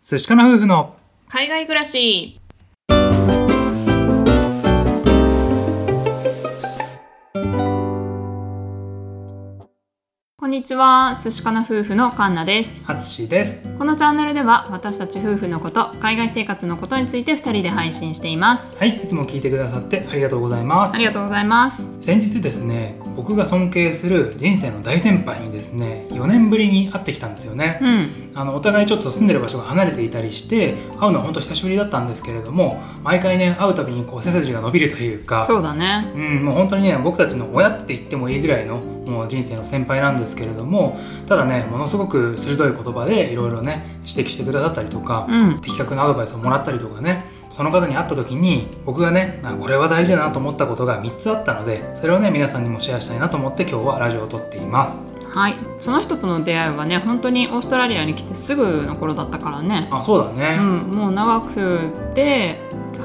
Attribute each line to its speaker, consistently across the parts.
Speaker 1: 寿司かな夫婦の
Speaker 2: 海外暮らしこんにちは寿司かな夫婦のカンナです
Speaker 1: ハツシです
Speaker 2: このチャンネルでは私たち夫婦のこと海外生活のことについて2人で配信しています
Speaker 1: はいいつも聞いてくださってありがとうございます
Speaker 2: ありがとうございます
Speaker 1: 先日ですね僕が尊敬する人生の大先輩にですね4年ぶりに会ってきたんですよね、
Speaker 2: うん
Speaker 1: あのお互いちょっと住んでる場所が離れていたりして会うのは本当久しぶりだったんですけれども毎回ね会うたびにこう背筋が伸びるというか
Speaker 2: そうだね
Speaker 1: うん、もう本当にね僕たちの親って言ってもいいぐらいのもう人生の先輩なんですけれどもただねものすごく鋭い言葉でいろいろね指摘してくださったりとか、
Speaker 2: うん
Speaker 1: 的確なアドバイスをもらったりとかねその方に会った時に僕がねあこれは大事だなと思ったことが3つあったのでそれをね皆さんにもシェアしたいなと思って今日はラジオを撮っています
Speaker 2: はいその人との出会いはね本当にオーストラリアに来てすぐの頃だったからね
Speaker 1: あそうだ
Speaker 2: う
Speaker 1: ね
Speaker 2: んもう長くて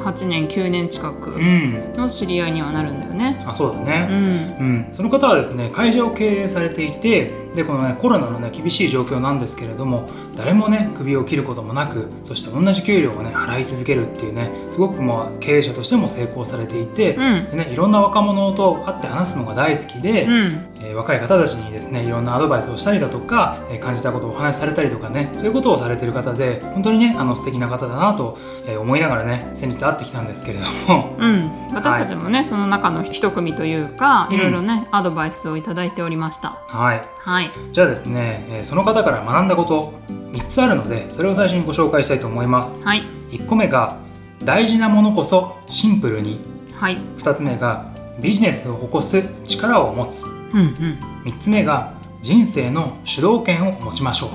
Speaker 2: 8年9年近く
Speaker 1: うん、
Speaker 2: の知り合いにはなるんだよね。
Speaker 1: あそうだね、
Speaker 2: うん、
Speaker 1: うん、その方はですね会社を経営されていてでこの、ね、コロナの、ね、厳しい状況なんですけれども誰もね首を切ることもなくそして同じ給料をね払い続けるっていうねすごくもう経営者としても成功されていて、
Speaker 2: うん、
Speaker 1: でね、いろんな若者と会って話すのが大好きで、
Speaker 2: うん、
Speaker 1: えー若い方たちにですねいろんなアドバイスをしたりだとか、えー感じたことをお話しされたりとかねそういうことをされてる方で本当にねあの素敵な方だなとえー思いながらね先日会ってきたんですけれども
Speaker 2: うん、私たちもね、その中の一組というか、
Speaker 1: うん
Speaker 2: いろいろね、アドバイスをいただいておりました。
Speaker 1: はい
Speaker 2: はい、
Speaker 1: じゃあですね、えーその方から学んだこと3つあるのでそれを最初にご紹介したいと思います
Speaker 2: はい、
Speaker 1: 1個目が大事なものこそシンプルに
Speaker 2: はい、
Speaker 1: 2つ目がビジネスを起こす力を持つ
Speaker 2: うん、うん、
Speaker 1: 3つ目が人生の主導権を持ちましょ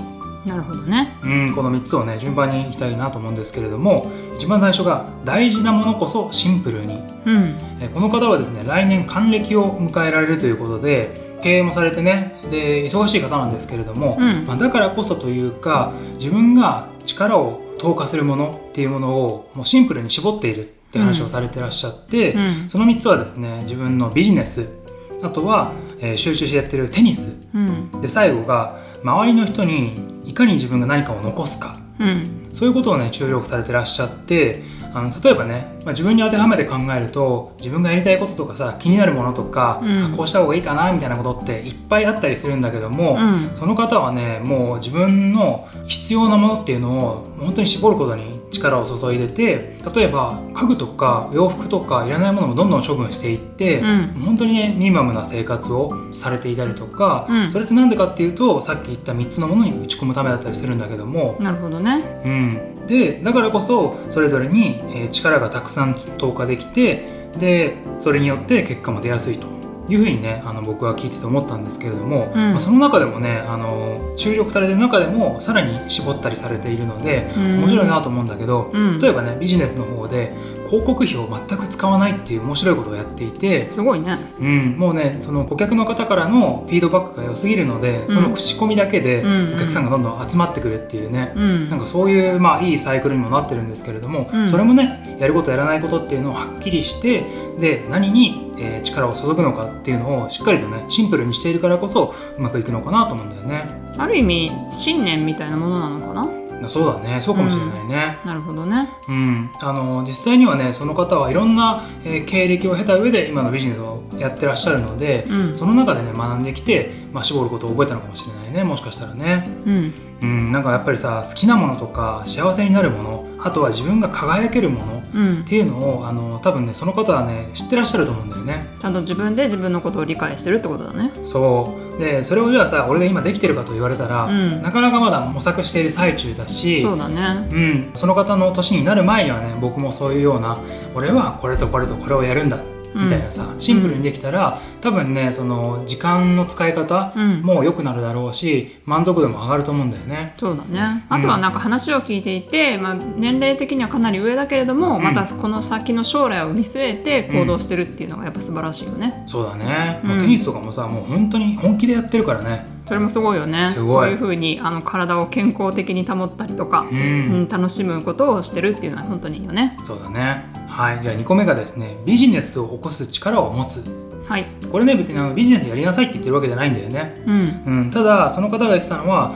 Speaker 2: なるほどね。
Speaker 1: ううんこの3つをね順番にいきたいなと思うんですけれども一番最初が大事なものこそシンプルに
Speaker 2: うん、
Speaker 1: えーこの方はですね来年還暦を迎えられるということで経営もされてねで忙しい方なんですけれども、
Speaker 2: うん
Speaker 1: まあ、だからこそというか自分が力を投下するものっていうものをもうシンプルに絞っているって話をされてらっしゃって、
Speaker 2: うん、
Speaker 1: その3つはですね自分のビジネスあとは、えー集中してやってるテニス
Speaker 2: うん、
Speaker 1: で最後が周りの人にいかに自分が何かを残すか
Speaker 2: うん、
Speaker 1: そういうことをね注力されてらっしゃってあの例えばね、まあ、自分に当てはめて考えると自分がやりたいこととかさ気になるものとか、
Speaker 2: うん
Speaker 1: あこうした方がいいかなみたいなことっていっぱいあったりするんだけども、
Speaker 2: うん、
Speaker 1: その方はねもう自分の必要なものっていうのを本当に絞ることに力を注いでて例えば家具とか洋服とかいらないものもどんどん処分していって、
Speaker 2: うん
Speaker 1: 本当にねミニマムな生活をされていたりとか、
Speaker 2: うん
Speaker 1: それって何でかっていうとさっき言った3つのものに打ち込むためだったりするんだけども、
Speaker 2: なるほどね。
Speaker 1: うん、でだからこそそれぞれに、えー力がたくさん投下できてでそれによって結果も出やすいというふうにねあの僕は聞いてて思ったんですけれども、
Speaker 2: うん
Speaker 1: まあ、その中でもねあの注力されてる中でもさらに絞ったりされているので
Speaker 2: 面
Speaker 1: 面白いな。と思うんだけど、
Speaker 2: うん、
Speaker 1: 例えばねビジネスの方で広告費を全く使わないっていう面白いことをやっていて、
Speaker 2: すごいね。
Speaker 1: うん、もうねその顧客の方からのフィードバックが良すぎるので、その口コミだけで
Speaker 2: うん
Speaker 1: お客さんがどんどん集まってくるっていうね、
Speaker 2: うん、
Speaker 1: なんかそういう、まあ、いいサイクルにもなってるんですけれども、
Speaker 2: うん
Speaker 1: それもねやることやらないことっていうのをはっきりしてで何に、えー力を注ぐのかっていうのをしっかりとねシンプルにしているからこそうまくいくのかなと思うんだよね。
Speaker 2: ある意味信念みたいなものなのかな。
Speaker 1: そうだねそうかもしれないね、
Speaker 2: なるほどね。
Speaker 1: うんあの実際にはねその方はいろんな、えー経歴を経た上で今のビジネスをやってらっしゃるので、
Speaker 2: うん
Speaker 1: その中でね学んできて、まあ、絞ることを覚えたのかもしれないねもしかしたらね。
Speaker 2: うん、
Speaker 1: うん、なんかやっぱりさ好きなものとか幸せになるものあとは自分が輝けるもの
Speaker 2: うん
Speaker 1: っ、ていうのをあの多分ねその方はね知ってらっしゃると思うんだよね
Speaker 2: ちゃんと自分で自分のことを理解してるってことだね。
Speaker 1: そうでそれをじゃあさ俺が今できてるかと言われたら、
Speaker 2: うん
Speaker 1: なかなかまだ模索している最中だし
Speaker 2: そうだね。
Speaker 1: うん、その方の年になる前にはね僕もそういうような俺はこれとこれとこれをやるんだみたいなさ、シンプルにできたら多分ねその時間の使い方
Speaker 2: うん
Speaker 1: も良くなるだろうし満足度も上がると思うんだよね。
Speaker 2: そうだね。あとはなんか話を聞いていて、まあ年齢的にはかなり上だけれども、
Speaker 1: ん
Speaker 2: またこの先の将来を見据えて行動してるっていうのがやっぱ素晴らしいよね。
Speaker 1: そうだね、
Speaker 2: うん
Speaker 1: もうテニスとかもさもう本当に本気でやってるからね、
Speaker 2: それもすごいよね。
Speaker 1: すごい
Speaker 2: そういうふうにあの体を健康的に保ったりとか、
Speaker 1: うん
Speaker 2: うん楽しむことをしてるっていうのは本当にいいよね。
Speaker 1: そうだねはいじゃあ2個目がですねビジネスを起こす力を持つ
Speaker 2: はい。
Speaker 1: これね別にあのビジネスやりなさいって言ってるわけじゃないんだよね、
Speaker 2: うん。
Speaker 1: うん、ただその方が言ってたのは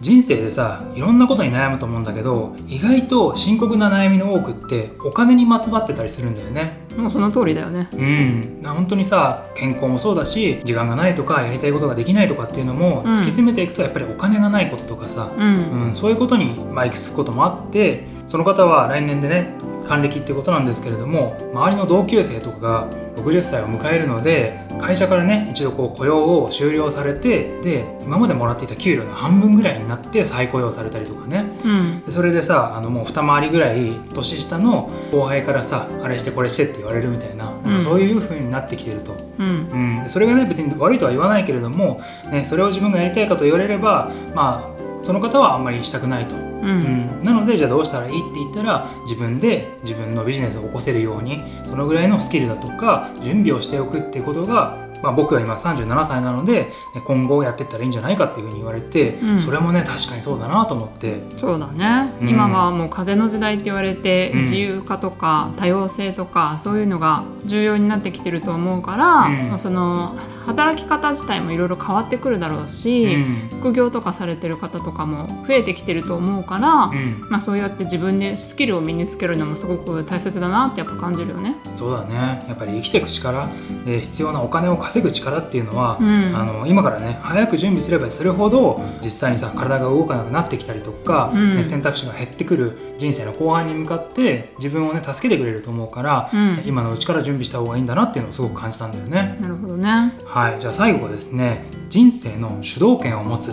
Speaker 1: 人生でさいろんなことに悩むと思うんだけど意外と深刻な悩みの多くってお金にまつわってたりするんだよね
Speaker 2: もうその通りだよね
Speaker 1: うん本当にさ健康もそうだし時間がないとかやりたいことができないとかっていうのも突き詰めていくとやっぱりお金がないこととかさ、
Speaker 2: うん
Speaker 1: うん、そういうことにまあ行き着くこともあってその方は来年でね還暦っていうことなんですけれども周りの同級生とかが60歳を迎えるので会社からね一度こう雇用を終了されてで今までもらっていた給料の半分ぐらいになって再雇用されたりとかね
Speaker 2: うん
Speaker 1: でそれでさあのもう二回りぐらい年下の後輩からさあれしてこれしてって言われるみたいななん
Speaker 2: うん
Speaker 1: かそういう風になってきてると、
Speaker 2: うん
Speaker 1: うん、それがね別に悪いとは言わないけれども、ね、それを自分がやりたいかと言われればまあその方はあんまりしたくないと、
Speaker 2: う
Speaker 1: うんん、なのでじゃあどうしたらいいって言ったら自分で自分のビジネスを起こせるようにそのぐらいのスキルだとか準備をしておくっていうことが、まあ、僕は今37歳なのでね今後やってったらいいんじゃないかっていうふうに言われて、
Speaker 2: うん
Speaker 1: それもね確かにそうだなと思って。
Speaker 2: そうだね、
Speaker 1: うん
Speaker 2: 今はもう風の時代って言われて、
Speaker 1: うん
Speaker 2: 自由化とか多様性とかそういうのが重要になってきてると思うから、
Speaker 1: うん
Speaker 2: まあその働き方自体もいろいろ変わってくるだろう
Speaker 1: う
Speaker 2: し、
Speaker 1: ん
Speaker 2: 副業とかされてる方とかも増えてきてると思うから、
Speaker 1: うん
Speaker 2: まあ、そうやって自分でスキルを身につけるのもすごく大切だなってやっぱ感じるよね。
Speaker 1: そうだねやっぱり生きていく力で必要なお金を稼ぐ力っていうのは、
Speaker 2: うん
Speaker 1: あの今からね早く準備すればするほど実際にさ体が動かなくなってきたりとか、
Speaker 2: うん
Speaker 1: ね選択肢が減ってくる人生の後半に向かって自分をね助けてくれると思うから、
Speaker 2: うん
Speaker 1: 今のうちから準備した方がいいんだなっていうのをすごく感じたんだよね。
Speaker 2: なるほどね。
Speaker 1: はい、じゃあ最後はですね人生の主導権を持つ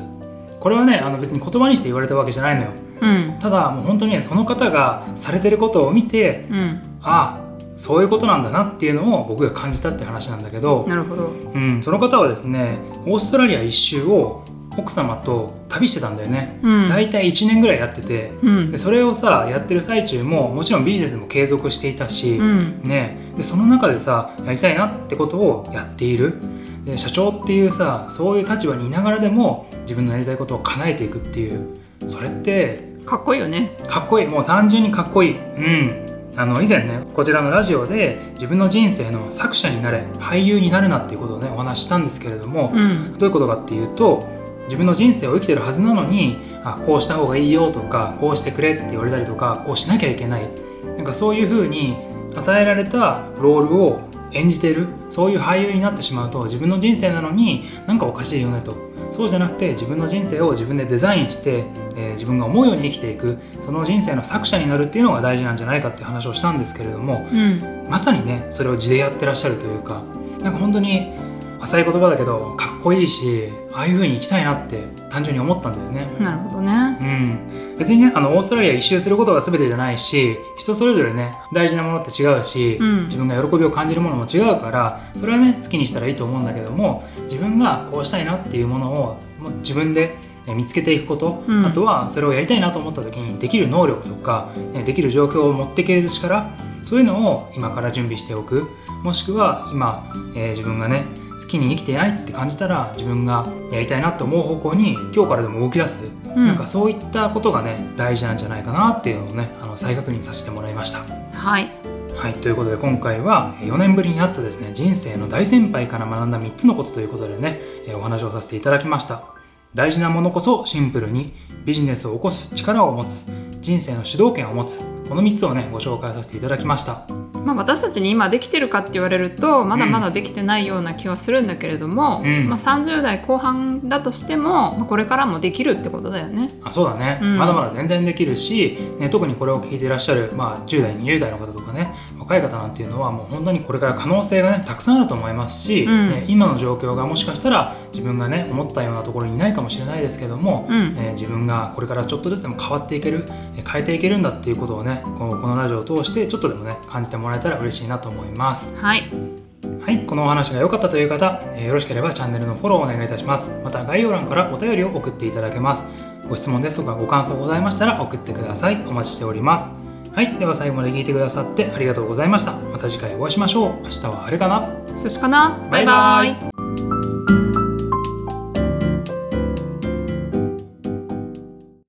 Speaker 1: これはねあの別に言葉にして言われたわけじゃないのよ
Speaker 2: うん、
Speaker 1: ただもう本当にねその方がされてることを見て
Speaker 2: うん、
Speaker 1: ああそういうことなんだなっていうのを僕が感じたって話なんだけど、
Speaker 2: なるほど。
Speaker 1: うん、その方はですねオーストラリア一周を奥様と旅してたんだよね、
Speaker 2: うん、
Speaker 1: 大体1年ぐらいやってて
Speaker 2: うん
Speaker 1: で、それをさやってる最中ももちろんビジネスも継続していたし、
Speaker 2: うん、
Speaker 1: ね、でその中でさやりたいなってことをやっているで社長っていうさそういう立場にいながらでも自分のやりたいことを叶えていくっていうそれって
Speaker 2: かっこいいよね。
Speaker 1: かっこいいもう単純にかっこいいうんあの以前ねこちらのラジオで自分の人生の作者になれ俳優になるなっていうことをねお話ししたんですけれども、
Speaker 2: うん、
Speaker 1: どういうことかっていうと自分の人生を生きてるはずなのにあこうした方がいいよとかこうしてくれって言われたりとかこうしなきゃいけないなんかそういうふうに与えられたロールを演じているそういう俳優になってしまうと自分の人生なのになんかおかしいよねとそうじゃなくて自分の人生を自分でデザインして、えー自分が思うように生きていくその人生の作者になるっていうのが大事なんじゃないかって話をしたんですけれども
Speaker 2: うん、
Speaker 1: まさにねそれを地でやってらっしゃるというかなんか本当に浅い言葉だけどかっこいいしああいう風に生きたいなって単純に思ったんだよね。
Speaker 2: なるほどね。
Speaker 1: うん、別にねあのオーストラリア一周することが全てじゃないし人それぞれね大事なものって違うし、
Speaker 2: うん
Speaker 1: 自分が喜びを感じるものも違うからそれはね好きにしたらいいと思うんだけども自分がこうしたいなっていうものをもう自分でね見つけていくこと、
Speaker 2: うん
Speaker 1: あとはそれをやりたいなと思った時にできる能力とか、ねできる状況を持っていける力そういうのを今から準備しておくもしくは今、えー自分がね好きに生きてないって感じたら自分がやりたいなと思う方向に今日からでも動き出す
Speaker 2: うん
Speaker 1: なんかそういったことがね大事なんじゃないかなっていうのをねあの再確認させてもらいました。
Speaker 2: はい、
Speaker 1: はいということで今回は4年ぶりに会ったですね人生の大先輩から学んだ3つのことということでねえーお話をさせていただきました。大事なものこそシンプルにビジネスを起こす力を持つ人生の主導権を持つこの3つをねご紹介させていただきました。
Speaker 2: まあ、私たちに今できてるかって言われるとまだまだできてないような気はするんだけれども、
Speaker 1: うん
Speaker 2: まあ、30代後半だとしても、まあこれからもできるってことだよね。
Speaker 1: あそうだね、
Speaker 2: うん
Speaker 1: まだまだ全然できるし、ね、特にこれを聞いていらっしゃる、まあ、10代20代の方とかね若い方なんていうのはもう本当にこれから可能性がねたくさんあると思いますし、
Speaker 2: うん
Speaker 1: ね、今の状況がもしかしたら自分がね思ったようなところにいないかもしれないですけども、
Speaker 2: うん
Speaker 1: ね自分がこれからちょっとずつでも変わっていけるえ変えていけるんだっていうことをねこのこのラジオを通してちょっとでもね感じてもらえたら嬉しいなと思います。
Speaker 2: はい、
Speaker 1: はい、このお話が良かったという方、えーよろしければチャンネルのフォローをお願いいたします。また概要欄からお便りを送っていただけます。ご質問ですとかご感想ございましたら送ってください。お待ちしております。はい、では最後まで聞いてくださってありがとうございました。また次回お会いしましょう。明日はあれかな
Speaker 2: 寿司かなバイバイ
Speaker 1: バイバイ